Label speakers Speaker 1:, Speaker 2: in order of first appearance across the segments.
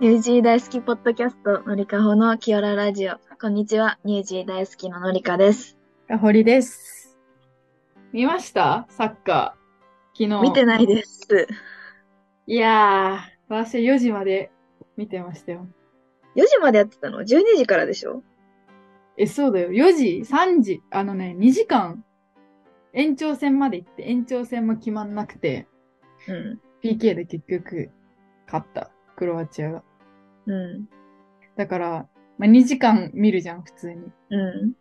Speaker 1: ニュージー大好きポッドキャスト、のりかほのきよらラジオ。こんにちは、ニュージー大好きののりかです。
Speaker 2: あ堀です。見ましたサッカー。昨日。
Speaker 1: 見てないです。
Speaker 2: いやー、私4時まで見てましたよ。
Speaker 1: 4時までやってたの ?12 時からでしょ
Speaker 2: え、そうだよ。4時、3時、あのね、2時間、延長戦まで行って、延長戦も決まんなくて、
Speaker 1: う
Speaker 2: PK で結局、勝った。クロアチアが。
Speaker 1: ん。う
Speaker 2: だから、まあ、2時間見るじゃん、普通に。
Speaker 1: ん。う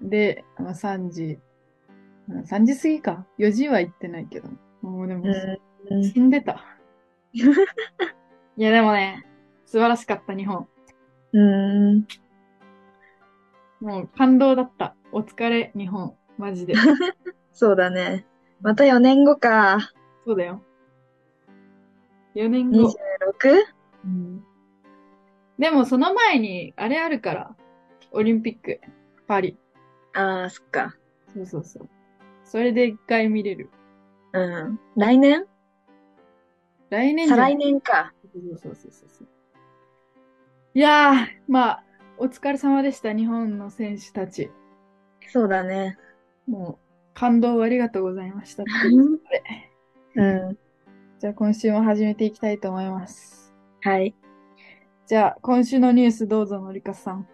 Speaker 2: で、まあ、3時、うん3時過ぎか。4時は行ってないけど。もうでも、
Speaker 1: ん。うん。
Speaker 2: 死んで た。いや、でもね、素晴らしかった、日本。
Speaker 1: うん。うん。
Speaker 2: もう感動だった。お疲れ、日本。マ ジで。
Speaker 1: そうだね。また4年後か。
Speaker 2: そうだよ。4年後。
Speaker 1: 26?
Speaker 2: うんでも、その前に、あれあるから。オリンピック。パリ。
Speaker 1: あー、そっか。
Speaker 2: そうそうそう。それで一回見れる。
Speaker 1: うん。来年
Speaker 2: 来年じゃ
Speaker 1: 再
Speaker 2: ん
Speaker 1: 来年か。
Speaker 2: そうそうそうそうそう。いやー、まあ、お疲れ様でした、日本の選手たち。
Speaker 1: そうだね。
Speaker 2: もう、感動をありがとうござい ましたっていうことで。
Speaker 1: うん。
Speaker 2: じゃあ今週も始めていきたいと思います。
Speaker 1: はい。
Speaker 2: じゃあ今週のニュースどうぞのりかさん。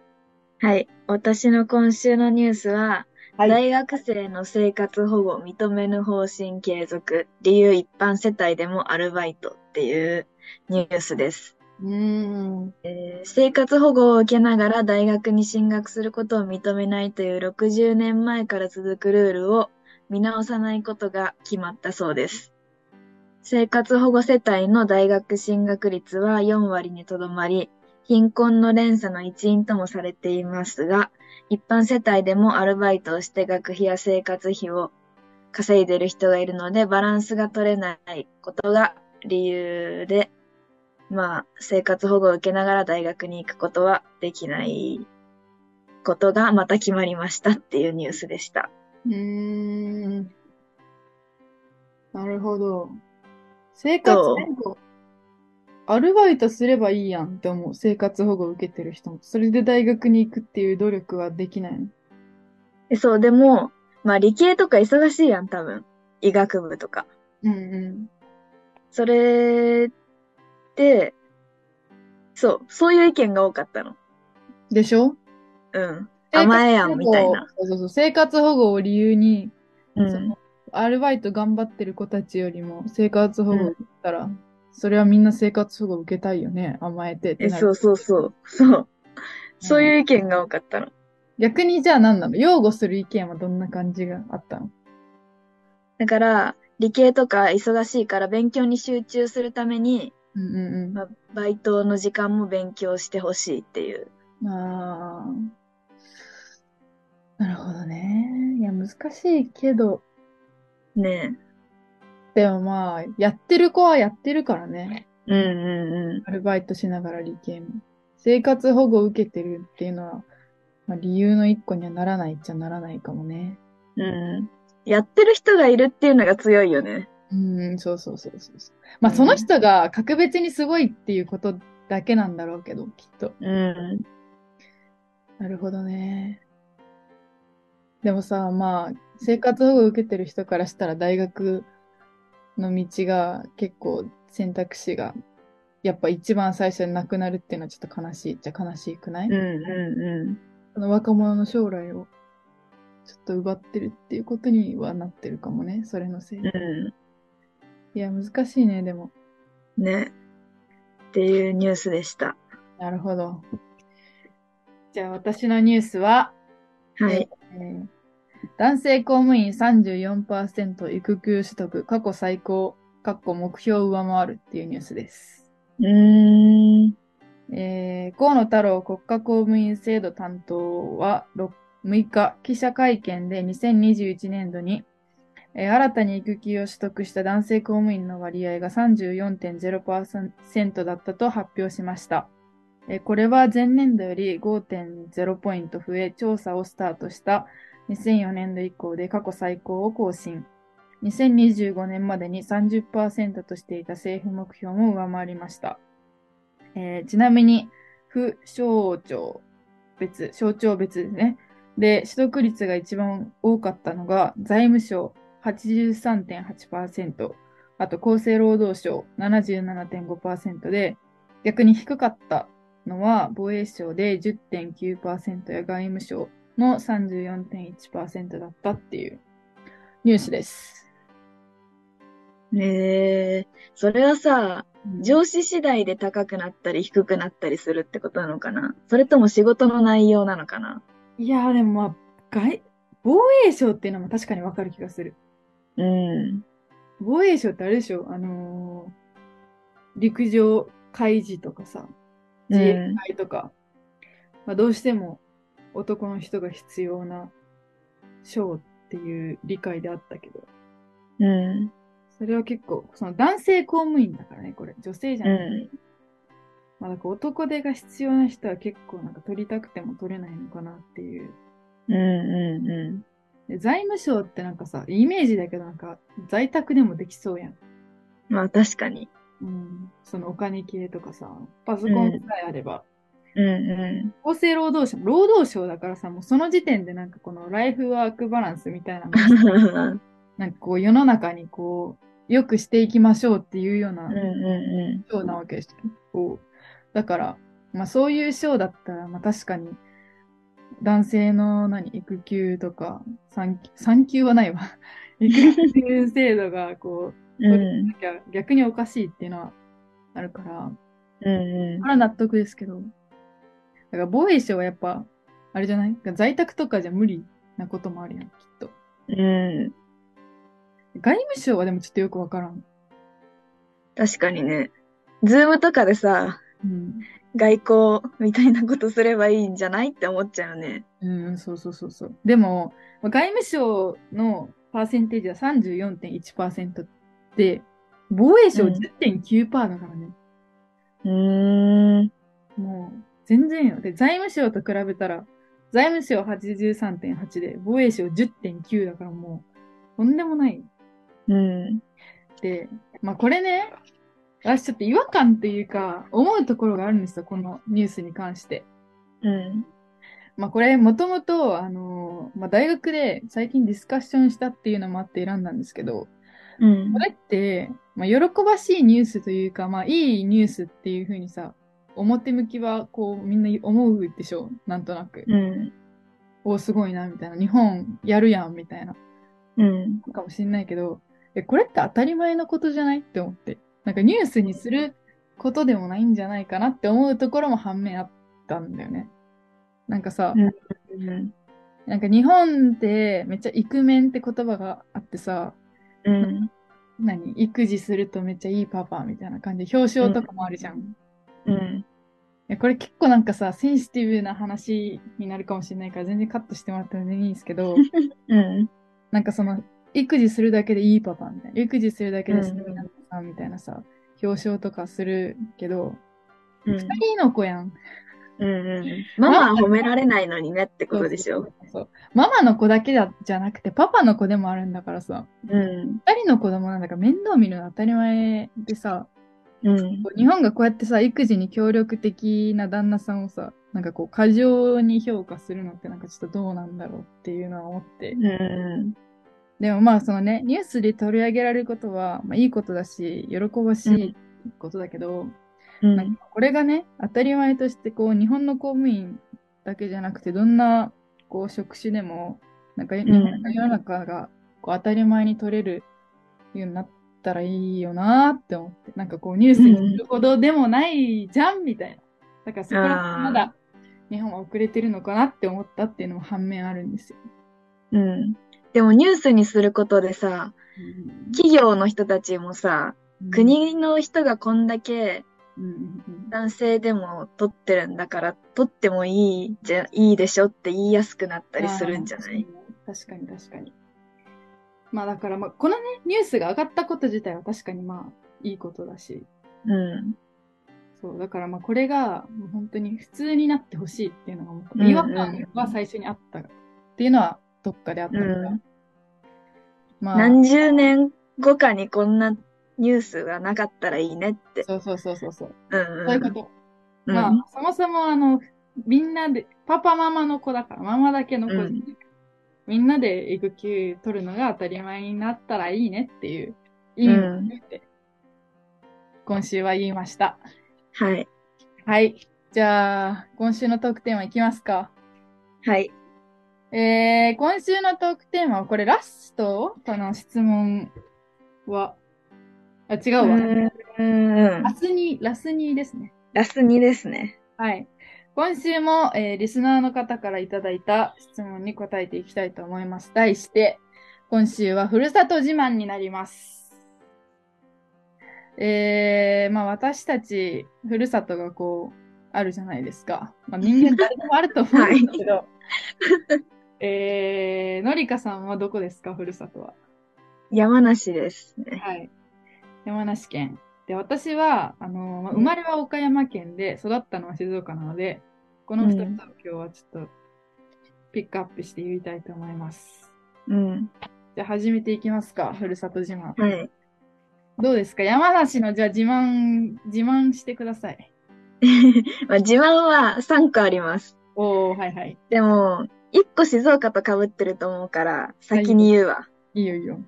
Speaker 1: はい。私の今週のニュースは、
Speaker 2: はい
Speaker 1: 大学生の生活保護認めぬ方針継続、理由一般世帯でもアルバイトっていうニュースです。
Speaker 2: うーん。
Speaker 1: えー生活保護を受けながら大学に進学することを認めないという60年前から続くルールを見直さないことが決まったそうです。生活保護世帯の大学進学率は4割にとどまり、貧困の連鎖の一因ともされていますが、一般世帯でもアルバイトをして学費や生活費を稼いでる人がいるので、バランスが取れないことが理由で、まあ、生活保護を受けながら大学に行くことはできないことがまた決まりましたっていうニュースでした。
Speaker 2: うーん。なるほど。生活保護。アルバイトすればいいやんって思う。生活保護を受けてる人も。それで大学に行くっていう努力はできないの。
Speaker 1: えそう、でも、まあ理系とか忙しいやん、多分。医学部とか。
Speaker 2: うんう
Speaker 1: それって、そう、そういう意見が多かったの。
Speaker 2: ん。でしょ
Speaker 1: うん。甘えやんみたいな。
Speaker 2: 生活保護そうそうそう。生活保護を理由に、
Speaker 1: う
Speaker 2: そ
Speaker 1: ん
Speaker 2: の。アルバイト頑張ってる子たちよりも生活保護を受けたら、それはみんな生活保護を受けたいよね、甘えてって
Speaker 1: え、
Speaker 2: なる
Speaker 1: そうそうそう。そう。そういう意見が多かったの。
Speaker 2: 逆にじゃあ何なの擁護する意見はどんな感じがあったの
Speaker 1: だから、理系とか忙しいから勉強に集中するために、
Speaker 2: うんうん
Speaker 1: まあ、バイトの時間も勉強してほしいっていう。
Speaker 2: うん。ああ。なるほどね。いや、難しいけど、
Speaker 1: ね
Speaker 2: でもまあ、やってる子はやってるからね。
Speaker 1: え。うんうんう
Speaker 2: アルバイトしながら理系も。生活保護を受けてるっていうのは、まあ、理由の一個にはならないっちゃならないかもね。
Speaker 1: ん。うん。やってる人がいるっていうのが強いよね。
Speaker 2: うん、そうそうそうそうそう。まあ、その人が格別にすごいっていうことだけなんだろうけど、きっと。
Speaker 1: うん。
Speaker 2: なるほどね。でもさ、まあ、生活保護を受けてる人からしたら大学の道が結構選択肢が、やっぱ一番最初になくなるっていうのはちょっと悲しいっちゃ悲しくない、
Speaker 1: うんう
Speaker 2: その若者の将来をちょっと奪ってるっていうことにはなってるかもね、それのせい
Speaker 1: んうん。
Speaker 2: で。
Speaker 1: う
Speaker 2: いや、難しいね、でも。
Speaker 1: ん。ね。っていうニュースでした。
Speaker 2: なるほど。じゃあ私のニュースは、
Speaker 1: はい。
Speaker 2: えー男性公務員34%育休取得過去最高、過去目標を上回るっていうニュースです。
Speaker 1: うーん。
Speaker 2: えー河野太郎国家公務員制度担当は 6, 日、記者会見で2021年度に、えー新たに育休を取得した男性公務員の割合が34.0%だったと発表しました。えーこれは前年度より5.0ポイント増え、調査をスタートした2004年度以降で過去最高を更新。2025年までに30%としていた政府目標も上回りました。えーちなみに、府省庁別、省庁別ですね。で、取得率が一番多かったのが、財務省83.8%、あと厚生労働省77.5%で、逆に低かったのは防衛省で10.9%や外務省の34.1%だったっていうニュースです。
Speaker 1: えー、それはさ、
Speaker 2: うん
Speaker 1: 上司次第で高くなったり低くなったりするってことなのかなそれとも仕事の内容なのかない
Speaker 2: やーでもまあ外防衛省っていうのも確かにわかる気がする。
Speaker 1: うん。
Speaker 2: 防衛省ってあれでしょあのー陸上海事とかさ、
Speaker 1: うん
Speaker 2: 自衛隊とか、まあ、どうしても男の人が必要な省っていう理解であったけど、
Speaker 1: うん。
Speaker 2: それは結構、その男性公務員だからね、これ。女性じゃない。
Speaker 1: う
Speaker 2: まあ、なんか男手が必要な人は結構なんか取りたくても取れないのかなっていう。
Speaker 1: ん。うん。う
Speaker 2: で財務省ってなんかさ、イメージだけどなんか在宅でもできそうやん。
Speaker 1: ん。まあ確かに。
Speaker 2: うん。そのお金系とかさ、パソコンさえあれば。
Speaker 1: うんう
Speaker 2: 厚生労働省、労働省だからさ、もうその時点でなんかこのライフワークバランスみたいなの
Speaker 1: ん。
Speaker 2: なんかこう世の中にこう、良くしていきましょうっていうような
Speaker 1: うんう
Speaker 2: 省なわけですよ。こうだから、まあそういう省だったら、まあ確かに、男性の何、育休とか、産休産休はないわ。育休制度がこう、
Speaker 1: んうん。うん。
Speaker 2: 取れなきゃ逆におかしいっていうのはあるから、
Speaker 1: うんうん
Speaker 2: あ。ら納得ですけど。だから防衛省はやっぱ、あれじゃない在宅とかじゃ無理なこともあるやん、きっと。
Speaker 1: うん。
Speaker 2: 外務省はでもちょっとよくわからん。
Speaker 1: 確かにね。ズームとかでさ、
Speaker 2: うん。
Speaker 1: 外交みたいなことすればいいんじゃないって思っちゃうよね。
Speaker 2: うん、そうそうそうそう。でも、まあ外務省のパーセンテージは34.1%で、防衛省
Speaker 1: うん
Speaker 2: 10.9%だからね。
Speaker 1: うーん。
Speaker 2: もう、全然よ。で、財務省と比べたら、財務省83.8で、防衛省10.9だからもう、とんでもない。
Speaker 1: うん。
Speaker 2: で、まあこれね、私ちょっと違和感というか、思うところがあるんですよ、このニュースに関して。
Speaker 1: うん。
Speaker 2: まあこれ、もともと、あのーまあ大学で最近ディスカッションしたっていうのもあって選んだんですけど、
Speaker 1: うん
Speaker 2: こ。れって、まあ喜ばしいニュースというか、まあいいニュースっていうふうにさ、表向きはこうみんな思うでしょ、なんとなく。
Speaker 1: うん。
Speaker 2: おお、すごいな、みたいな。日本やるやん、みたいな。
Speaker 1: うん。
Speaker 2: かもしれないけど、え、これって当たり前のことじゃないって思って。なんかニュースにすることでもないんじゃないかなって思うところも反面あったんだよね。なんかさ、
Speaker 1: うんうん。
Speaker 2: なんか日本ってめっちゃイクメンって言葉があってさ、
Speaker 1: うん。
Speaker 2: 何育児するとめっちゃいいパパみたいな感じで表彰とかもあるじゃん。
Speaker 1: うん。
Speaker 2: えこれ結構なんかさ、センシティブな話になるかもしれないから全然カットしてもらったら全然いいんですけど、
Speaker 1: うん。
Speaker 2: なんかその、育児するだけでいいパパみたいな。育児するだけで素敵なパパみたいなさ、表彰とかするけど、
Speaker 1: うん。
Speaker 2: いいの子やん。
Speaker 1: うんうん。ママは褒められないのにねってことでしょ。
Speaker 2: そう。ママの子だけだじゃなくて、パパの子でもあるんだからさ、
Speaker 1: うん。
Speaker 2: 二人の子供なんだから面倒見るの当たり前でさ、
Speaker 1: うん。
Speaker 2: 日本がこうやってさ、育児に協力的な旦那さんをさ、なんかこう、過剰に評価するのってなんかちょっとどうなんだろうっていうのは思って。
Speaker 1: うん。
Speaker 2: でもまあそのね、ニュースで取り上げられることは、まあ、いいことだし、喜ばしいことだけど、
Speaker 1: うん。
Speaker 2: なんかこれがね、当たり前としてこう日本の公務員だけじゃなくて、どんなこう職種でも、なんか日本の世の中がこう当たり前に取れるようになったらいいよなーって思って、なんかこうニュースにするほどでもないじゃんみたいな。だからそこら辺まだ日本は遅れてるのかなって思ったっていうのも反面あるんですよ。
Speaker 1: うん。でもニュースにすることでさ、企業の人たちもさ、国の人がこんだけ
Speaker 2: うんうんうん
Speaker 1: 男性でも取ってるんだから、取ってもいいじゃ、いいでしょって言いやすくなったりするんじゃない
Speaker 2: あー確かに確かに。まあだから、まあ、このね、ニュースが上がったこと自体は確かにまあいいことだし、
Speaker 1: うん。
Speaker 2: そう、だからまあこれがもう本当に普通になってほしいっていうのがもう、
Speaker 1: うんうん
Speaker 2: 違和感は最初にあったっていうのはどっかであったから、
Speaker 1: うん
Speaker 2: まあ、
Speaker 1: 何十年後かにこんなニュースがなかったらいいねって。
Speaker 2: そうそうそうそうそう、
Speaker 1: うん
Speaker 2: そういう
Speaker 1: う
Speaker 2: こ
Speaker 1: ん。
Speaker 2: と。
Speaker 1: うん
Speaker 2: まあ、そもそもあの、みんなで、パパママの子だから、ママだけの子じゃない、
Speaker 1: うん
Speaker 2: みんなで育休取るのが当たり前になったらいいねっていう意味を込めて、今週は言いました。
Speaker 1: はい。
Speaker 2: はい。じゃあ、今週のトークテーマいきますか。
Speaker 1: はい。
Speaker 2: えー、今週のトークテーマは、これラストかな質問は。あ、違うわ。
Speaker 1: うん
Speaker 2: ラ。スニー、ラスニーですね。
Speaker 1: ラス2ですね。
Speaker 2: はい。今週も、えーリスナーの方からいただいた質問に答えていきたいと思います。題して、今週はふるさと自慢になります。えー、まあ私たち、ふるさとがこう、あるじゃないですか。まあ人間誰でもあると思うんだけど。えー、のりかさんはどこですか、ふるさとは。
Speaker 1: 山梨ですね。
Speaker 2: はい。山梨県。で、私は、あの、まあ生まれは岡山県で、育ったのは静岡なので、この2つを
Speaker 1: うん
Speaker 2: 今日はちょっとピックアップして言いたいと思います。
Speaker 1: うん。
Speaker 2: じゃあ始めていきますか、ふるさと自慢。
Speaker 1: はい。
Speaker 2: どうですか山梨の、じゃあ自慢、自慢してください。
Speaker 1: まあ、自慢は3個あります。
Speaker 2: おー、はいはい。
Speaker 1: でも、1個静岡と被ってると思うから、先に言うわ。
Speaker 2: いいよいいよ。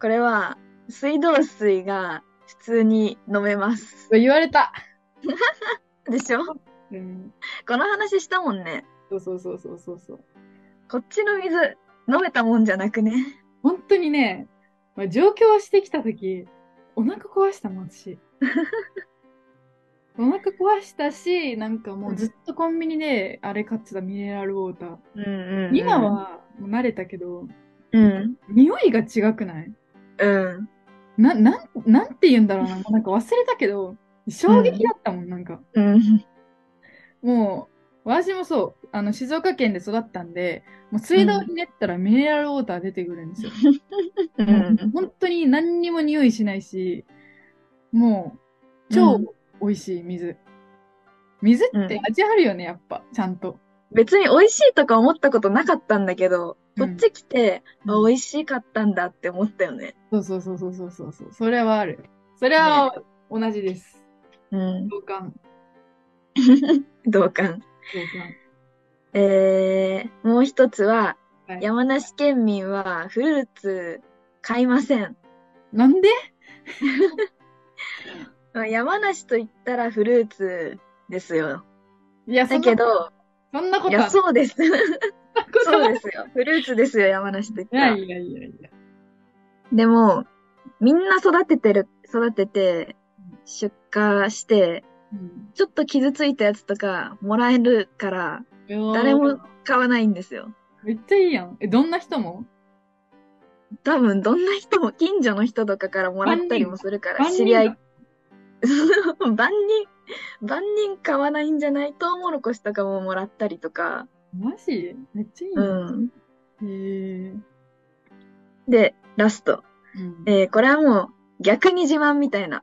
Speaker 1: これは、水道水が普通に飲めます。
Speaker 2: うわ言われた。
Speaker 1: でしょ
Speaker 2: うん。
Speaker 1: この話したもんね。
Speaker 2: そうそうそうそうそうそう。
Speaker 1: こっちの水、飲めたもんじゃなくね。
Speaker 2: 本当にね、まあ、上京してきたとき、お腹壊したもん、 私。お腹壊したし、なんかもうずっとコンビニであれ買ってたミネラルウォーター。
Speaker 1: うんうん、
Speaker 2: 今、はもう慣れたけど、
Speaker 1: うん、
Speaker 2: 匂いが違くない
Speaker 1: うん、
Speaker 2: な、なん、なんて言うんだろうな。もうなんか忘れたけど、衝撃だったもん、なんか。
Speaker 1: うん、
Speaker 2: もう、私もそう、あの、静岡県で育ったんで、もう水道ひねったらミネラルウォーター出てくるんですよ。
Speaker 1: う、
Speaker 2: もうん本当に何にも匂いしないし、もう、超美味しい水。水って味あるよね、やっぱ、ちゃんと。
Speaker 1: 別に美味しいとか思ったことなかったんだけど、こっち来て、
Speaker 2: うん
Speaker 1: あ、美味しかったんだって思ったよね。
Speaker 2: そうそうそうそうそうそうそう。それはある。それは同じです。
Speaker 1: うん、
Speaker 2: 同感。
Speaker 1: 同感。
Speaker 2: 同
Speaker 1: えー、もう一つは、
Speaker 2: 感。はい、
Speaker 1: 山梨県民はフルーツ買いません。
Speaker 2: なんで
Speaker 1: まあ山梨と言ったらフルーツですよ。
Speaker 2: いや、
Speaker 1: だけど、
Speaker 2: そんな こ
Speaker 1: い
Speaker 2: とは
Speaker 1: や、そうです。
Speaker 2: そんなことは
Speaker 1: そうですよ。フルーツですよ、山梨と言っ
Speaker 2: い
Speaker 1: た
Speaker 2: や
Speaker 1: ら
Speaker 2: い。やいやいや。
Speaker 1: でも、みんな育ててる、育てて
Speaker 2: うん、
Speaker 1: 出荷して、
Speaker 2: うん
Speaker 1: ちょっと傷ついたやつとかもらえるから、
Speaker 2: うわー
Speaker 1: 誰も買わないんですよ。
Speaker 2: めっちゃいいやん。え、どんな人も
Speaker 1: 多分、どんな人も、近所の人とかからもらったりもするから、
Speaker 2: 万人
Speaker 1: 知り合い、 万人、万人買わないんじゃないトウモロコシとかももらったりとか、
Speaker 2: マジめっちゃいいやん。
Speaker 1: うん。
Speaker 2: へえ。
Speaker 1: で、ラスト。
Speaker 2: うん
Speaker 1: えーこれはもう、逆に自慢みたいな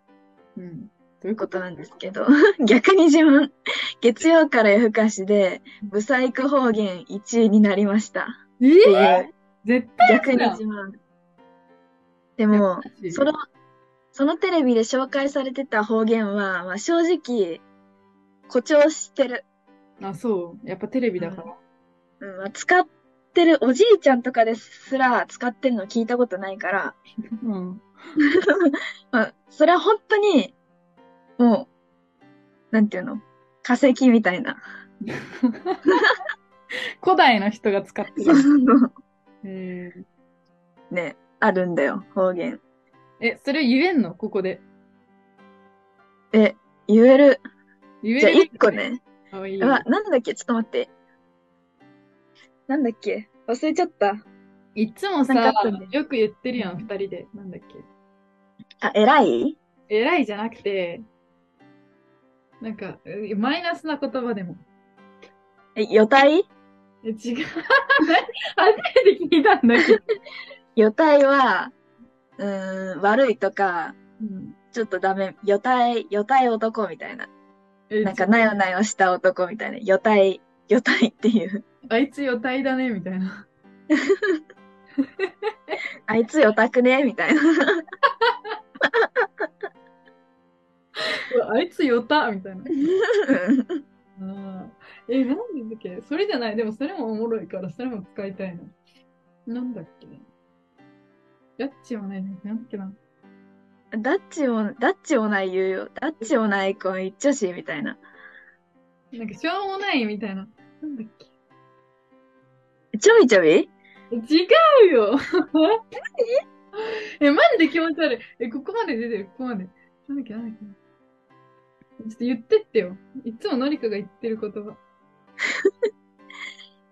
Speaker 2: うん。どういう
Speaker 1: ことなんですけど、 逆に自分、月曜から夜更かしで、ブサイク方言1位になりました。
Speaker 2: え
Speaker 1: っていう
Speaker 2: え絶対
Speaker 1: 逆に
Speaker 2: だ
Speaker 1: 自慢。でも、その、そのテレビで紹介されてた方言は、まあ、正直、誇張してる、
Speaker 2: あ、そう。やっぱテレビだから。
Speaker 1: うんまあ使ってる、おじいちゃんとかですら使ってるの聞いたことないから、
Speaker 2: うん。
Speaker 1: まあ、それは本当に、もう、なんていうの化石みたいな。
Speaker 2: 古代の人が使って
Speaker 1: そう
Speaker 2: る。
Speaker 1: そうそう
Speaker 2: へー
Speaker 1: ね、あるんだよ、方言。
Speaker 2: え、それ言えんのここで。
Speaker 1: え、言える。
Speaker 2: 言え
Speaker 1: じゃあ、
Speaker 2: る
Speaker 1: 一個ね。
Speaker 2: あ、いいよ
Speaker 1: うわ、なんだっけちょっと待って。なんだっけ忘れちゃった。
Speaker 2: いつも
Speaker 1: な
Speaker 2: さ
Speaker 1: んかあったね、
Speaker 2: よく言ってるやん、二人で。なんだっ
Speaker 1: あ、偉い
Speaker 2: け。偉いじゃなくて、なんか、えマイナスな言葉でも。
Speaker 1: え、与体
Speaker 2: え違う。 初めて聞いたんだけど。
Speaker 1: 与体は、うーん、悪いとか、
Speaker 2: うん
Speaker 1: ちょっとダメ。与体、与体男みたいな。
Speaker 2: え
Speaker 1: なんか、なよ
Speaker 2: ちょ
Speaker 1: なよした男みたいな。与体、与体っていう。
Speaker 2: あいつ予体だね、みたいな。
Speaker 1: あいつ与たくねみたいな。
Speaker 2: うわあいつて寄ったみたいな。あーえ、なんだっけそれじゃない。でもそれもおもろいから、それも使いたいな。なんだっけやっちもないね。なんだっけな。
Speaker 1: ダッチも、ダッチもない言うよ。ダッチもない子一女子みたいな。
Speaker 2: なんかしょうもないみたいな。なんだっけ
Speaker 1: ちょびちょび
Speaker 2: 違うよ え、マジで気持ち悪い。え、ここまで出てる、ここまで。なんだっけ、なんだっけ。ちょっと言ってってよ。いつものりかが言ってる言葉。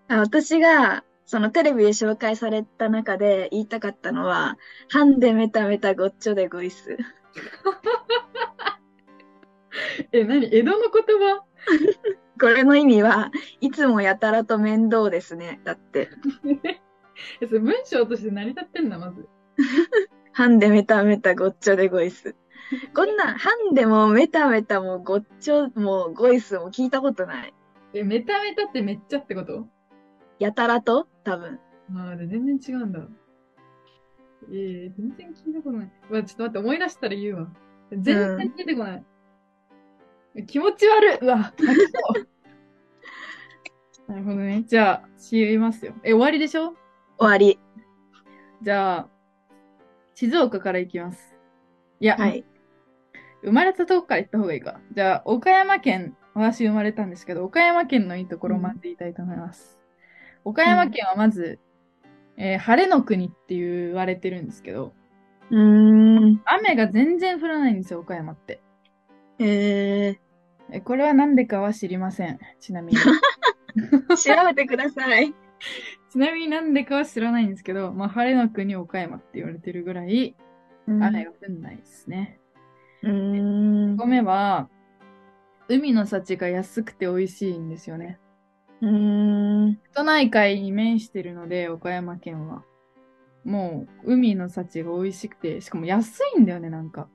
Speaker 1: あ私が、そのテレビで紹介された中で言いたかったのは、ハンデメタメタごっちょでごいっす。
Speaker 2: え、なに江戸の言葉
Speaker 1: これの意味は、いつもやたらと面倒ですね。だって、
Speaker 2: え、それ文章として成り立ってんだ、まず。
Speaker 1: ハンデメタメタごっちょでごいっす。こんなん、ハンデもメタメタもごっちょもごいっすも聞いたことない。
Speaker 2: え、メタメタってめっちゃってこと
Speaker 1: やたらと多分。
Speaker 2: ああ、で全然違うんだ。ええ全然聞いたことない。まあ、ちょっと待って、思い出したら言うわ。全然出てこない。気持ち悪いう わ、吐きそう。なるほどね。じゃあ、知りますよ。え、終わりでしょ
Speaker 1: 終わり。
Speaker 2: じゃあ、静岡から行きます。いや、
Speaker 1: はい。
Speaker 2: 生まれたとこから行った方がいいか。じゃあ、岡山県、私生まれたんですけど、岡山県のいいところをまず言いたいと思います。岡山県はまず、えー晴れの国って言われてるんですけど、
Speaker 1: うーん。
Speaker 2: 雨が全然降らないんですよ、岡山って。
Speaker 1: え
Speaker 2: えこれは何でかは知りません。ちなみに。
Speaker 1: ー、調べてください。
Speaker 2: ちなみになんでかは知らないんですけど、まあ、晴れの国岡山って言われてるぐらい、雨が降んないですね。
Speaker 1: うーん。
Speaker 2: 5目は、海の幸が安くて美味しいんですよね。
Speaker 1: うーん。
Speaker 2: 瀬戸内海に面してるので、岡山県は。もう、海の幸が美味しくて、しかも安いんだよね、なんか。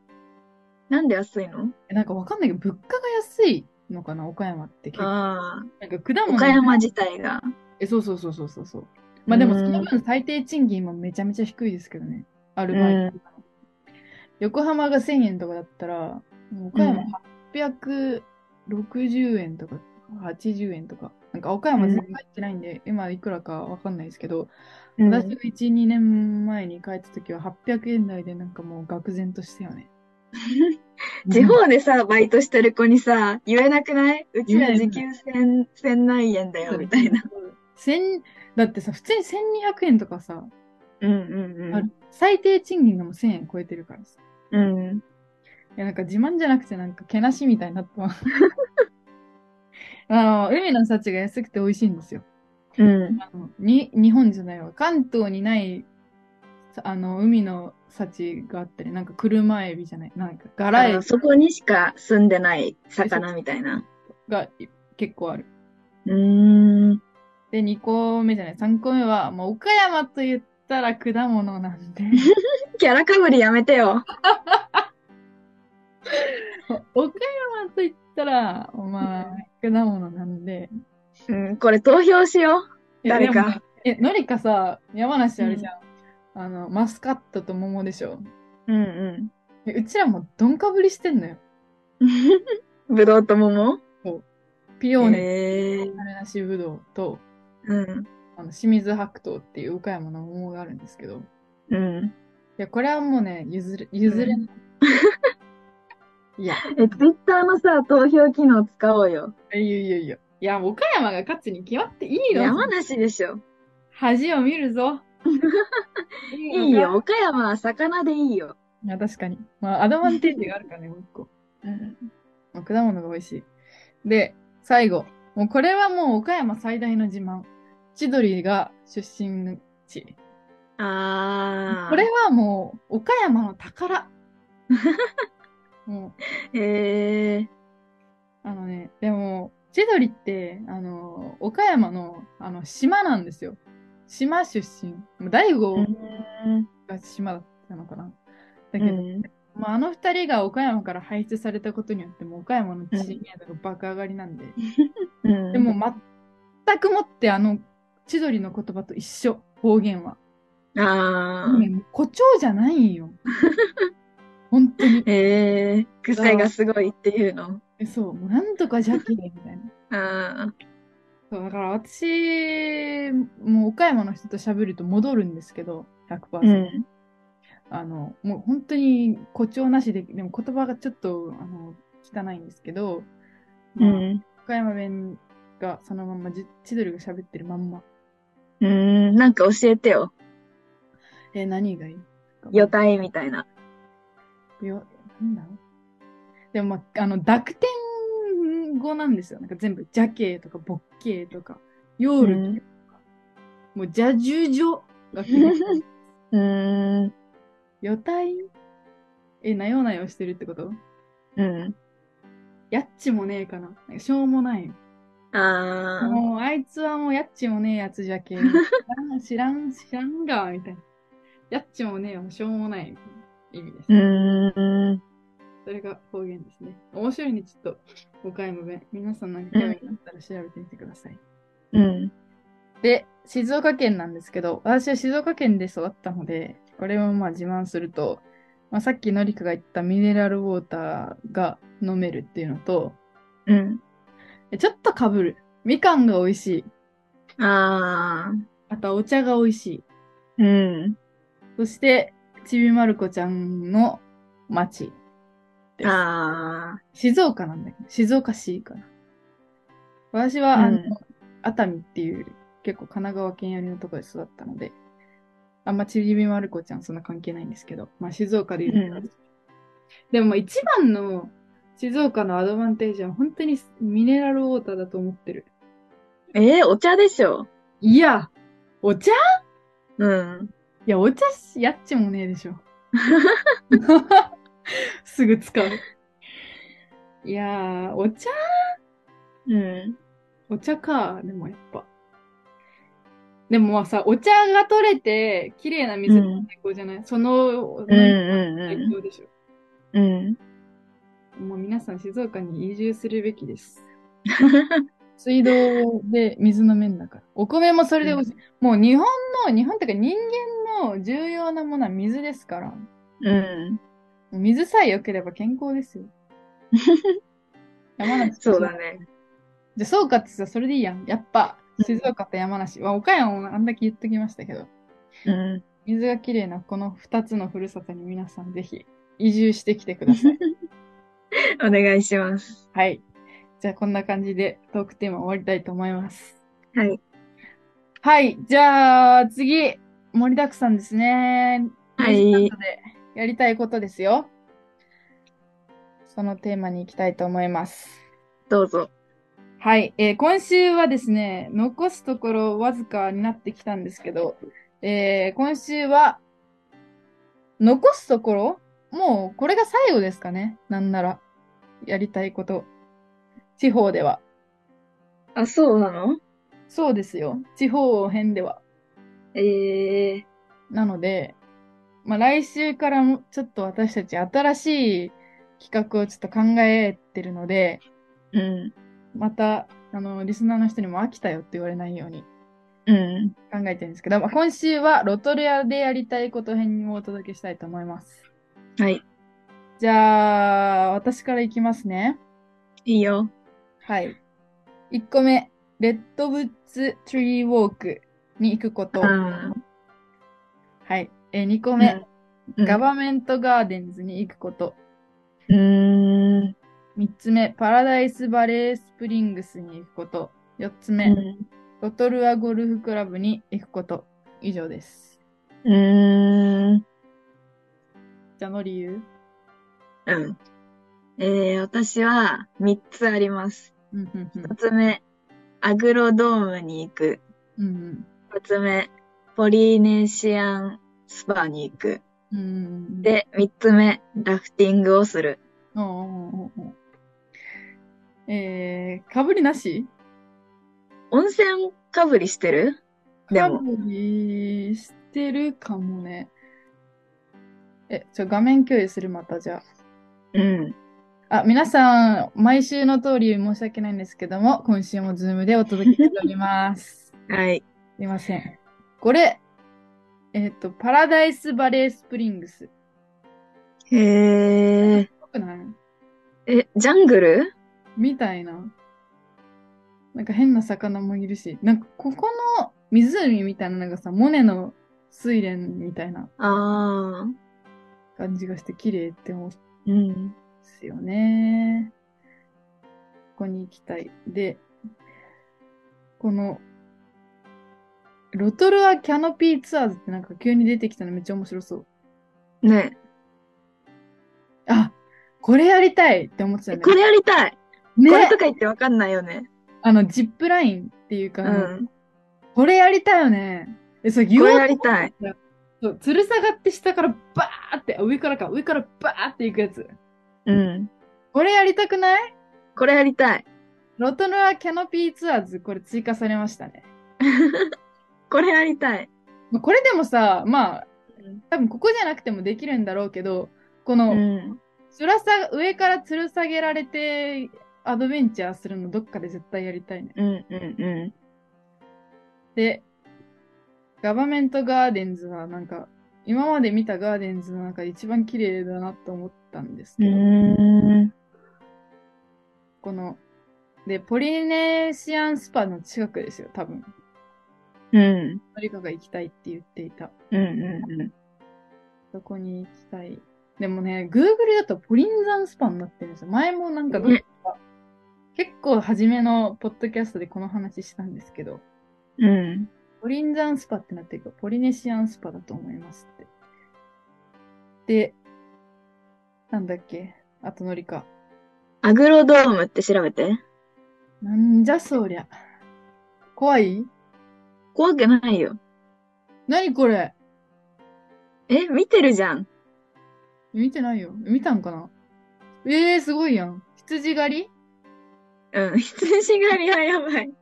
Speaker 1: なんで安いの
Speaker 2: えなんかわかんないけど、物価が安いのかな、岡山って結構。
Speaker 1: あ
Speaker 2: なんか果
Speaker 1: あ、
Speaker 2: 物
Speaker 1: 岡山自体が。
Speaker 2: え、そうそうそうそうそうそう。まあでも、
Speaker 1: うん
Speaker 2: その分最低賃金もめちゃめちゃ低いですけどね。アルバイトとかの横浜が1000円とかだったら、もう岡山860円とか80円とか。なんか岡山全然入ってないんで、今いくらかわかんないですけど、
Speaker 1: うん
Speaker 2: 私が1、2年前に帰った時は800円台でなんかもう愕然としたよね。
Speaker 1: 地方でさ、バイトしてる子にさ、言えなくないうちら
Speaker 2: 言えな
Speaker 1: 時
Speaker 2: い
Speaker 1: 給1000、1000何円だよ、みたいな。。
Speaker 2: 千だってさ、普通に1200円とかさ、
Speaker 1: うんうん
Speaker 2: ある最低賃金がもう1000円超えてるからさ。
Speaker 1: うん。うん。
Speaker 2: いや、なんか自慢じゃなくて、なんか、けなしみたいになってます。 あの、海の幸が安くて美味しいんですよ。
Speaker 1: うん。
Speaker 2: あのに、日本じゃないわ。関東にない、さあの、海の幸があったり、なんか、車エビじゃない、なんか、ガラエ
Speaker 1: あ
Speaker 2: ビ
Speaker 1: そこにしか住んでない魚みたいな。
Speaker 2: が結構ある。
Speaker 1: うーん。
Speaker 2: で、2個目じゃない、3個目は、もう、岡山と言ったら果物なんで、
Speaker 1: キャラかぶりやめてよ。
Speaker 2: 岡山と言ったら、まあ、果物なんで、
Speaker 1: うん、これ投票しよ
Speaker 2: え
Speaker 1: 誰。か
Speaker 2: でもえ、のりかさ、山梨あるじゃん。あの、マスカットと桃でしょ。
Speaker 1: う。うん
Speaker 2: えうちらもどんかぶりしてんのよ。
Speaker 1: うん。ぶどうと桃
Speaker 2: ピオーネ、
Speaker 1: へー
Speaker 2: 種なしぶどうと、
Speaker 1: うん。
Speaker 2: あの、清水白桃っていう岡山の桃があるんですけど。い
Speaker 1: うん。
Speaker 2: や、これはもうね、譲れ、譲れない。いや、
Speaker 1: え、ツイッターのさ、投票機能使おうよ。
Speaker 2: いやいやいや。いや、岡山が勝つに決まっていいの
Speaker 1: 山梨でしょ。
Speaker 2: 恥を見るぞ。い
Speaker 1: いいよ、。岡山は魚でいいよ。
Speaker 2: いや、確かに。まあ、アドバンテージがあるからね、もう一個。
Speaker 1: うん。
Speaker 2: まあ果物が美味しい。で、最後。もうこれはもう岡山最大の自慢。千鳥が出身地。
Speaker 1: あー。
Speaker 2: これはもう岡山の宝。 も
Speaker 1: え
Speaker 2: う、あのね、でも、千鳥って、あの、岡山の、あの、島なんですよ。島出身。もう大
Speaker 1: ー。
Speaker 2: 悟
Speaker 1: うん。
Speaker 2: が島だったのかな。だ
Speaker 1: う
Speaker 2: けど、
Speaker 1: ん
Speaker 2: まあ、あの二人が岡山から排出されたことによって、もう岡山の知名度が爆上がりなんで。
Speaker 1: うん。
Speaker 2: でも、全くもってあの千鳥の言葉と一緒、方言は。
Speaker 1: あ
Speaker 2: もう誇張じゃないんよ。 本当に。
Speaker 1: えー、癖がすごいっていうの。
Speaker 2: えそう、もうなんとかジャッキーみたいな。
Speaker 1: あ
Speaker 2: そう、だから私、もう岡山の人と喋ると戻るんですけど、100%。
Speaker 1: ーうん。
Speaker 2: あの、もう本当に誇張なしで、でも言葉がちょっと、あの、汚いんですけど、
Speaker 1: う
Speaker 2: まあ
Speaker 1: ん。
Speaker 2: 岡山弁がそのまんま、じ千鳥が喋ってるまんま。
Speaker 1: うん、なんか教えてよ。
Speaker 2: え、何がいい
Speaker 1: よたいみたいな。
Speaker 2: よ、なんだろうでも、まあ、あの、濁点語なんですよ。なんか全部、ジャケとか、ボッケとか、ヨールとか、もう、ジャジュジョが来る。
Speaker 1: うん。う
Speaker 2: よたいえ、なよなよしてるってこと
Speaker 1: ーん。
Speaker 2: やっちもねえかな。なんかしょうもない。
Speaker 1: うん。あ
Speaker 2: もう、あいつはもう、やっちもねえやつじゃけん。知らん、知らん、知らんが、みたいな。やっちもねえはしょうもない。意味です。
Speaker 1: ー。うーん。
Speaker 2: それが方言ですね。面白いね、ちょっと、岡山弁。皆さんなんか興味があったら調べてみてください。
Speaker 1: うん。
Speaker 2: で、静岡県なんですけど、私は静岡県で育ったので、これをまあ自慢すると、まあ、さっきのりかが言ったミネラルウォーターが飲めるっていうのと、
Speaker 1: うん。
Speaker 2: えちょっとかぶる。みかんが美味しい。
Speaker 1: あ
Speaker 2: あとはお茶が美味しい。
Speaker 1: ー。うん。
Speaker 2: そして、ちびまる子ちゃんの町です。
Speaker 1: あ
Speaker 2: 静岡なんだけど、静岡市かな。私は、あの
Speaker 1: うん
Speaker 2: 熱海っていう結構神奈川県寄りのところで育ったので、あんまちびみまる子ちゃんそんな関係ないんですけど、まあ静岡で言うと、
Speaker 1: うん
Speaker 2: でもまあ一番の静岡のアドバンテージは本当にミネラルウォーターだと思ってる。
Speaker 1: ー。えー、お茶でしょ。
Speaker 2: いや、お茶い
Speaker 1: うん。
Speaker 2: や、お茶しやっちもねえでしょ。 すぐ使う。いやー、お茶
Speaker 1: うん。
Speaker 2: お茶か、でもやっぱ。でもまあさ、お茶が取れて、綺麗な水が
Speaker 1: うん
Speaker 2: 最高じゃない、その、
Speaker 1: うん
Speaker 2: 最
Speaker 1: う
Speaker 2: 高でしょ。
Speaker 1: んうん。うん。
Speaker 2: もう皆さん静岡に移住するべきです。水道で水飲めんだから。お米もそれで美味しい。もう日本の、日本ってか人間の重要なものは水ですから。
Speaker 1: うん。
Speaker 2: 水さえ良ければ健 康ですよ。山梨
Speaker 1: そうだね。
Speaker 2: じゃあ、そうかってさ、それでいいやん。やっぱ、静岡と山梨。は岡山もあんだけ言っときましたけど。
Speaker 1: うん。
Speaker 2: 水がきれいなこの2つのふるさとに皆さんぜひ移住してきてください。
Speaker 1: お願いします。
Speaker 2: はい。じゃあこんな感じでトークテーマ終わりたいと思います。
Speaker 1: はい。
Speaker 2: はい。じゃあ次、盛りだくさんですね。
Speaker 1: はい
Speaker 2: 短いのでやりたいことですよ。そのテーマに行きたいと思います。
Speaker 1: どうぞ。
Speaker 2: はい、えー今週はですね、残すところわずかになってきたんですけど、えー今週は、残すところもうこれが最後ですかね。なんなら、やりたいこと。地方では。
Speaker 1: あ、そうなの
Speaker 2: そうですよ。地方編では。
Speaker 1: ええ
Speaker 2: なので、まあ、来週からもちょっと私たち新しい企画をちょっと考えてるので、
Speaker 1: うん。
Speaker 2: また、あの、リスナーの人にも飽きたよって言われないように
Speaker 1: うん。
Speaker 2: 考えてるんですけど、まあ、今週はロトレアでやりたいこと編をお届けしたいと思います。
Speaker 1: はい。
Speaker 2: じゃあ、私からいきますね。
Speaker 1: いいよ。
Speaker 2: はい。1個目、レッドブッツトゥリーウォークに行くこと。
Speaker 1: うん。
Speaker 2: はい。えー、2個目、
Speaker 1: うん
Speaker 2: ガバメントガーデンズに行くこと。
Speaker 1: うーん。
Speaker 2: 3つ目、パラダイスバレースプリングスに行くこと。4つ目、
Speaker 1: う
Speaker 2: ロトルアゴルフクラブに行くこと。以上です。
Speaker 1: ん。う
Speaker 2: じゃあ、の理由
Speaker 1: ーん。うん。えー、私は3つあります。
Speaker 2: うん、うん、うん
Speaker 1: 1つ目、アグロドームに行く。
Speaker 2: うん
Speaker 1: 2つ目、ポリネシアンスパに行く。
Speaker 2: うん。うんうんうん、
Speaker 1: で、3つ目、ラフティングをする。
Speaker 2: おうおうおうおうえー、かぶりなし
Speaker 1: 温泉かぶりしてるで
Speaker 2: か
Speaker 1: も
Speaker 2: ぶりしてるかもね。え、ちょ、画面共有する、またじゃ
Speaker 1: うん。
Speaker 2: あ。あ、皆さん、毎週の通り申し訳ないんですけども、今週もズームでお届けしております。
Speaker 1: はい。
Speaker 2: すいません。これ、えっ、と、パラダイスバレースプリングス。
Speaker 1: へえ。
Speaker 2: よくない
Speaker 1: え、ジャングル
Speaker 2: みたいな。なんか変な魚もいるし、なんかここの湖みたいなのがさ、モネの睡蓮みたいな
Speaker 1: ああ。
Speaker 2: 感じがして綺麗って思うんで
Speaker 1: うん。
Speaker 2: すよね。ここに行きたい。で、この、ロトルアキャノピーツアーズってなんか急に出てきたのめっちゃ面白そう。
Speaker 1: ね
Speaker 2: あ、これやりたいって思ってた
Speaker 1: え
Speaker 2: んだ
Speaker 1: こ
Speaker 2: けど
Speaker 1: れやりたい、これ
Speaker 2: ね
Speaker 1: とか言ってわかんないよね。
Speaker 2: あの、ジップラインっていうか、
Speaker 1: う
Speaker 2: あの
Speaker 1: ん。
Speaker 2: これやりたいよね。え、そう、言
Speaker 1: こ
Speaker 2: おう
Speaker 1: れ
Speaker 2: と
Speaker 1: やりたい。
Speaker 2: そう、吊る下がって下からバーって、あ上からか、上からバーっていくやつ。
Speaker 1: うん。
Speaker 2: これやりたくない
Speaker 1: これやりたい。
Speaker 2: ロトルアキャノピーツアーズ、これ追加されましたね。
Speaker 1: これやりたい。
Speaker 2: まあこれでもさ、まあ
Speaker 1: うん、
Speaker 2: 多分ここじゃなくてもできるんだろうけど、こ
Speaker 1: う
Speaker 2: の、
Speaker 1: ん。
Speaker 2: つらさ、上から吊る下げられて、アドベンチャーするのどっかで絶対やりたいね。
Speaker 1: うんうんう
Speaker 2: で、ガバメントガーデンズはなんか、今まで見たガーデンズの中で一番綺麗だなと思ったんです
Speaker 1: ん。
Speaker 2: けど、
Speaker 1: ん。
Speaker 2: この、で、ポリネシアンスパの近くですよ、多分。
Speaker 1: うん。
Speaker 2: のりかが行きたいって言っていた。
Speaker 1: うんうんうん。
Speaker 2: そこに行きたい。でもね、Google だとポリンザンスパになってるんですよ。前もなんかどっか、結構初めのポッドキャストでこの話したんですけど、
Speaker 1: うん。
Speaker 2: ポリンザンスパってなってるから、ポリネシアンスパだと思いますって。で、なんだっけあとのりか。
Speaker 1: アグロドームって調べて。
Speaker 2: なんじゃそりゃ。怖い
Speaker 1: 怖くないよ。
Speaker 2: 何これ
Speaker 1: え、見てるじゃん。
Speaker 2: 見てないよ。見たんかなええー、すごいやん。羊狩り
Speaker 1: うん。 羊狩りはやばい。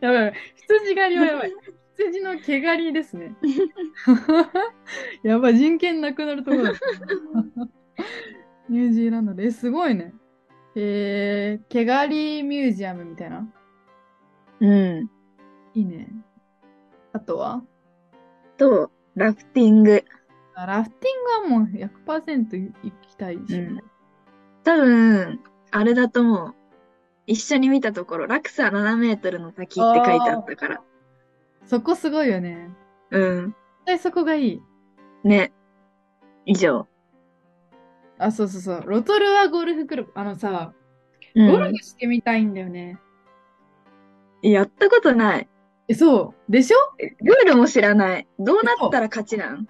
Speaker 2: やばいやばい。羊狩りはや ばい。羊の毛狩りですね。 やばい、人権なくなるとこ ろだ。ニュージーランドで。え、すごいね。えー、毛狩りミュージアムみたいな。
Speaker 1: うん。
Speaker 2: いいね。あとは
Speaker 1: と、ラフティング。
Speaker 2: あラフティングはもう100%行きたいし。
Speaker 1: うん多分、あれだと思う。一緒に見たところ、落差7メートルの滝って書いてあったから。
Speaker 2: そこすごいよね。
Speaker 1: うん。
Speaker 2: 絶対そこがいい。
Speaker 1: ね。以上。
Speaker 2: あ、そうそうそう。ロトルはゴルフクラブ。あのさ、
Speaker 1: う
Speaker 2: ゴル
Speaker 1: ん
Speaker 2: フ。してみたいんだよね。
Speaker 1: やったことない。
Speaker 2: え、そう。でしょ
Speaker 1: ルールも知らない。どうなったら勝ちなん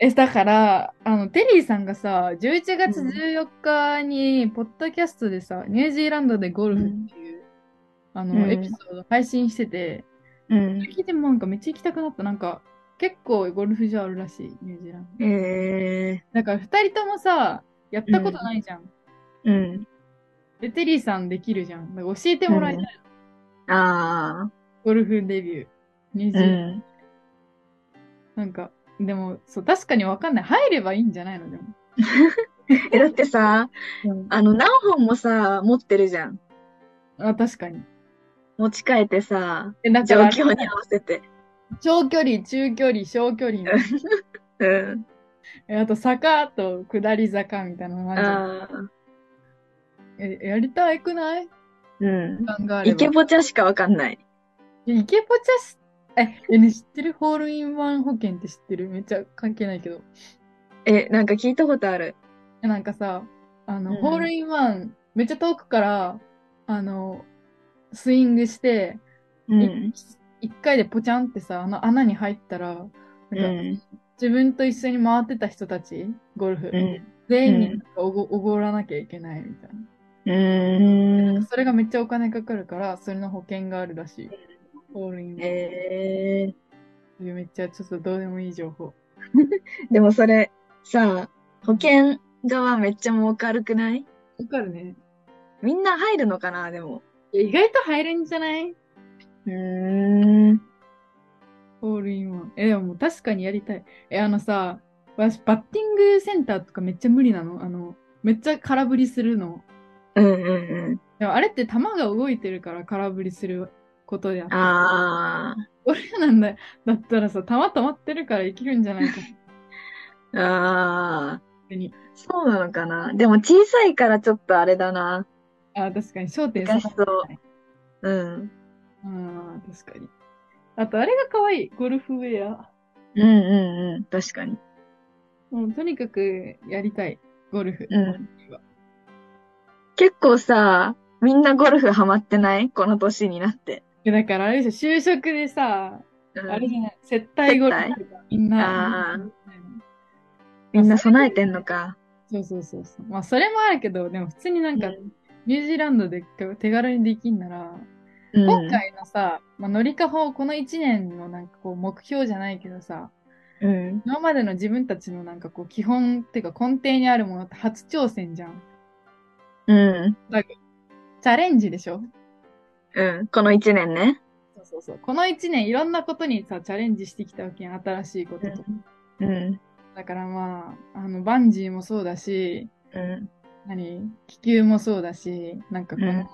Speaker 2: え、だから、あの、テリーさんがさ、11月
Speaker 1: うん
Speaker 2: 14日に、ポッドキャストでさ、ニュージーランドでゴルフっていう、あの、
Speaker 1: うん
Speaker 2: エピソード配信してて、
Speaker 1: うん。
Speaker 2: 聞いてもなんかめっちゃ行きたくなった。なんか、結構ゴルフ場あるらしい、ニュージーランド。
Speaker 1: え
Speaker 2: だから、二人ともさ、やったことないじゃん。
Speaker 1: ー、う
Speaker 2: で、テリーさんできるじゃん。だから教えてもらいたい。
Speaker 1: ん。あ
Speaker 2: ゴルフデビュー。ニュ
Speaker 1: あ。
Speaker 2: ージーランド。
Speaker 1: ん。
Speaker 2: なんか、でも、そう、確かにわかんない。入ればいいんじゃないのでも。
Speaker 1: え、だってさ、あの、何本もさ、持ってるじゃん。
Speaker 2: あ、確かに。
Speaker 1: 持ち替えてさ、
Speaker 2: え、だか
Speaker 1: 状
Speaker 2: ら、
Speaker 1: 況に合わせて。
Speaker 2: 長距離、中距離、小距離の。
Speaker 1: うん。
Speaker 2: えあと、坂と下り坂みたいなのもあるじゃん
Speaker 1: ああ。
Speaker 2: えやりたくない
Speaker 1: うん
Speaker 2: 時。間があれ
Speaker 1: イ
Speaker 2: ば。
Speaker 1: ケ
Speaker 2: い
Speaker 1: ボチャしかわかんない。
Speaker 2: やイケポチャし、え、えね、知ってるホールインワン保険って知ってるめっちゃ関係ないけど。
Speaker 1: え、なんか聞いたことある。
Speaker 2: えなんかさ、あの、
Speaker 1: うん
Speaker 2: ホールインワン、めっちゃ遠くから、あの、スイングして、
Speaker 1: う
Speaker 2: い
Speaker 1: ん。
Speaker 2: 一回でポチャンってさ、あの穴に入ったら、なんか、
Speaker 1: うん。
Speaker 2: 自分と一緒に回ってた人たち、ゴルフ、
Speaker 1: うん。
Speaker 2: 全員になんかおごおごらなきゃいけないみたいな。
Speaker 1: うーん。
Speaker 2: それがめっちゃお金かかるから、それの保険があるらしい。オールインワン
Speaker 1: え
Speaker 2: っていうめっちゃちょっとどうでもいい情報。
Speaker 1: ー、でもそれ、さ、保険側めっちゃ儲かるくない
Speaker 2: わかるね。
Speaker 1: みんな入るのかな、でも。
Speaker 2: いや意外と入るんじゃないう
Speaker 1: ーん。
Speaker 2: オールインワン。え、でも確かにやりたい。え、あのさ、私、バッティングセンターとかめっちゃ無理なの。あの、めっちゃ空振りするの。
Speaker 1: うんうん
Speaker 2: でもあれって球が動いてるから空振りすることであっ
Speaker 1: うん。
Speaker 2: て。
Speaker 1: あ
Speaker 2: 俺らなんだ、だったらさ、球止まってるから生きるんじゃないか。
Speaker 1: あ。ああ。
Speaker 2: 当 に。
Speaker 1: そうなのかなでも小さいからちょっとあれだな。
Speaker 2: あ、確かに、焦点
Speaker 1: 難しそう
Speaker 2: 下がってない。
Speaker 1: うん。
Speaker 2: うん、確かに。あと、あれが可愛い。ゴルフウェア。
Speaker 1: うんうんうん。確かに。
Speaker 2: もう、とにかくやりたい。ゴルフ。
Speaker 1: うん結構さ、みんなゴルフハマってないこの年になって。
Speaker 2: でだから、あれでしょ、就職でさ、
Speaker 1: うん
Speaker 2: あれじゃない、接待ゴルフとかみん
Speaker 1: あ
Speaker 2: な
Speaker 1: ー、みんな備えてんのか。
Speaker 2: そうそうそうそう。まあ、それもあるけど、でも普通になんか、
Speaker 1: うん
Speaker 2: ニュージーランドで手軽にできんなら、
Speaker 1: うん
Speaker 2: 今回のさ、まあ、乗りかほ、この1年のなんかこう、目標じゃないけどさ、
Speaker 1: うん。
Speaker 2: 今までの自分たちのなんかこう、基本っていうか根底にあるものって初挑戦じゃん。
Speaker 1: うん。
Speaker 2: チャレンジでしょ
Speaker 1: うん。この一年ね。
Speaker 2: そうそうそう。この1年いろんなことにさ、チャレンジしてきたわけやん、新しいこととか。
Speaker 1: うん。
Speaker 2: だからまあ、あの、バンジーもそうだし、
Speaker 1: うん。
Speaker 2: 何気球もそうだし、なんかこの、
Speaker 1: うん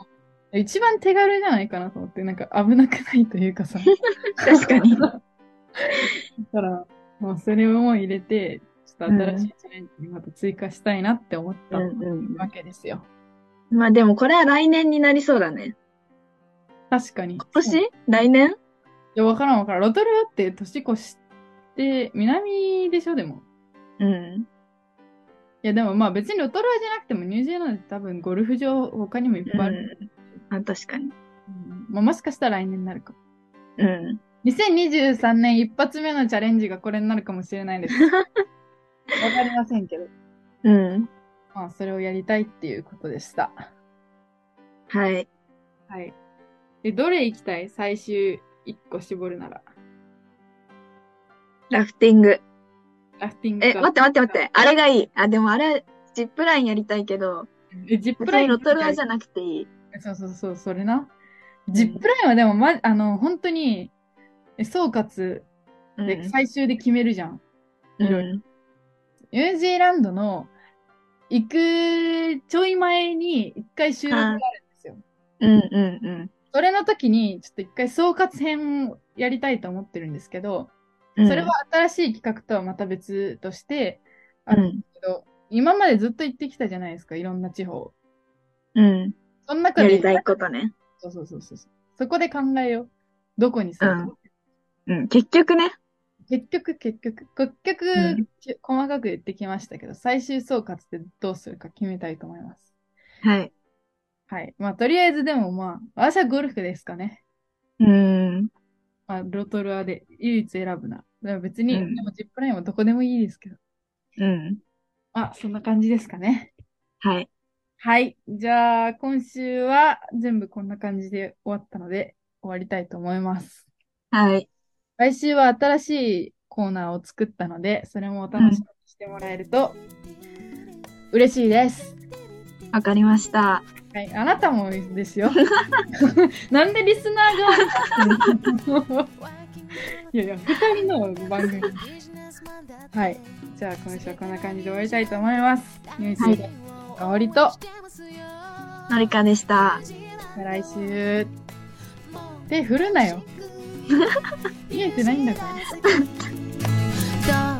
Speaker 2: 一番手軽じゃないかなと思って、なんか危なくないという かさ。
Speaker 1: 確かに。
Speaker 2: だから、まあ、それも入れて、ちょっと新しいチャレンジにまた追加したいなって思った
Speaker 1: うんうん
Speaker 2: わけですよ。
Speaker 1: まあでもこれは来年になりそうだね。
Speaker 2: 確かに。
Speaker 1: 今年来年
Speaker 2: いや、わからんわからん。ロトルアって年越しって、南でしょ、でも。
Speaker 1: うん。
Speaker 2: いや、でもまあ別にロトルアじゃなくても、ニュージーランドって多分ゴルフ場他にもいっぱいある。
Speaker 1: うん。あ、確かに。
Speaker 2: うんまあ、もしかしたら来年になるかも。
Speaker 1: うん。
Speaker 2: 2023年一発目のチャレンジがこれになるかもしれな いです。わかりませんけど。
Speaker 1: うん。
Speaker 2: まあ、それをやりたいっていうことでした。
Speaker 1: はい。
Speaker 2: はい。で、どれ行きたい最終1個絞るなら。
Speaker 1: ラフティング。
Speaker 2: ラフティング
Speaker 1: え、
Speaker 2: か
Speaker 1: 待って待って待って。あれがいい。あ、でもあれ、ジップラインやりたいけど、
Speaker 2: え、ジップ
Speaker 1: 別
Speaker 2: ライ
Speaker 1: に
Speaker 2: ン
Speaker 1: ロトルアじ
Speaker 2: ゃ
Speaker 1: ゃなくていい。
Speaker 2: そうそうそう、それな。
Speaker 1: ん
Speaker 2: ジップラインはでも、ま、あの、本当に、え総括
Speaker 1: う
Speaker 2: で
Speaker 1: ん。
Speaker 2: 最終で決めるじゃん。
Speaker 1: うん。
Speaker 2: ニュージーランドの行くちょい前に一回収録があるんですよ。
Speaker 1: うんうんうん
Speaker 2: それの時に、ちょっと一回総括編をやりたいと思ってるんですけど、
Speaker 1: うん。
Speaker 2: それは新しい企画とはまた別として、あ
Speaker 1: う
Speaker 2: るんで
Speaker 1: ん。
Speaker 2: すけど、今までずっと行ってきたじゃないですか、いろんな地方。
Speaker 1: うん。
Speaker 2: その中
Speaker 1: や
Speaker 2: で、
Speaker 1: りたいことね。
Speaker 2: そうそうそうそう。そこで考えよう。どこにするか、
Speaker 1: うんうん。結局ね。
Speaker 2: 結局、結局、結局、
Speaker 1: うん
Speaker 2: き細かく言ってきましたけど、最終総括でどうするか決めたいと思います。
Speaker 1: はい。
Speaker 2: はい。まあ、とりあえずでもまあ、私はゴルフですかね。
Speaker 1: うん。
Speaker 2: まあ、ロトルアで唯一選ぶな。でも別に、
Speaker 1: うん
Speaker 2: でもジップラインはどこでもいいですけど。
Speaker 1: うん。
Speaker 2: まあ、そんな感じですかね。
Speaker 1: はい。
Speaker 2: はい。じゃあ、今週は全部こんな感じで終わったので、終わりたいと思います。
Speaker 1: はい。
Speaker 2: 来週は新しいコーナーを作ったので、それもお楽しみにしてもらえると嬉しいです。
Speaker 1: わかりました。
Speaker 2: はい、あなたもですよ。 なんでリスナーが いやいや、二人の番組。はい。じゃあ今週はこんな感じで終わりたいと思います。ニュース
Speaker 1: はい
Speaker 2: で香りと、
Speaker 1: のりかでした。
Speaker 2: また来週。手振るなよ。見えてないんだから。
Speaker 3: どう